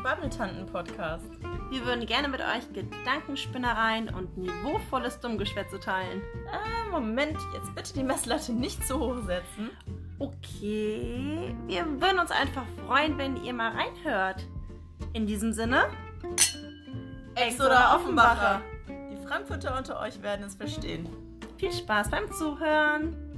Babbeltanten-Podcast. Wir würden gerne mit euch Gedankenspinnereien und niveauvolles Dummgeschwätze teilen. Ah, Moment, jetzt bitte die Messlatte nicht zu hoch setzen. Okay, wir würden uns einfach freuen, wenn ihr mal reinhört. In diesem Sinne, Ex oder Offenbacher? Die Frankfurter unter euch werden es verstehen. viel Spaß beim Zuhören.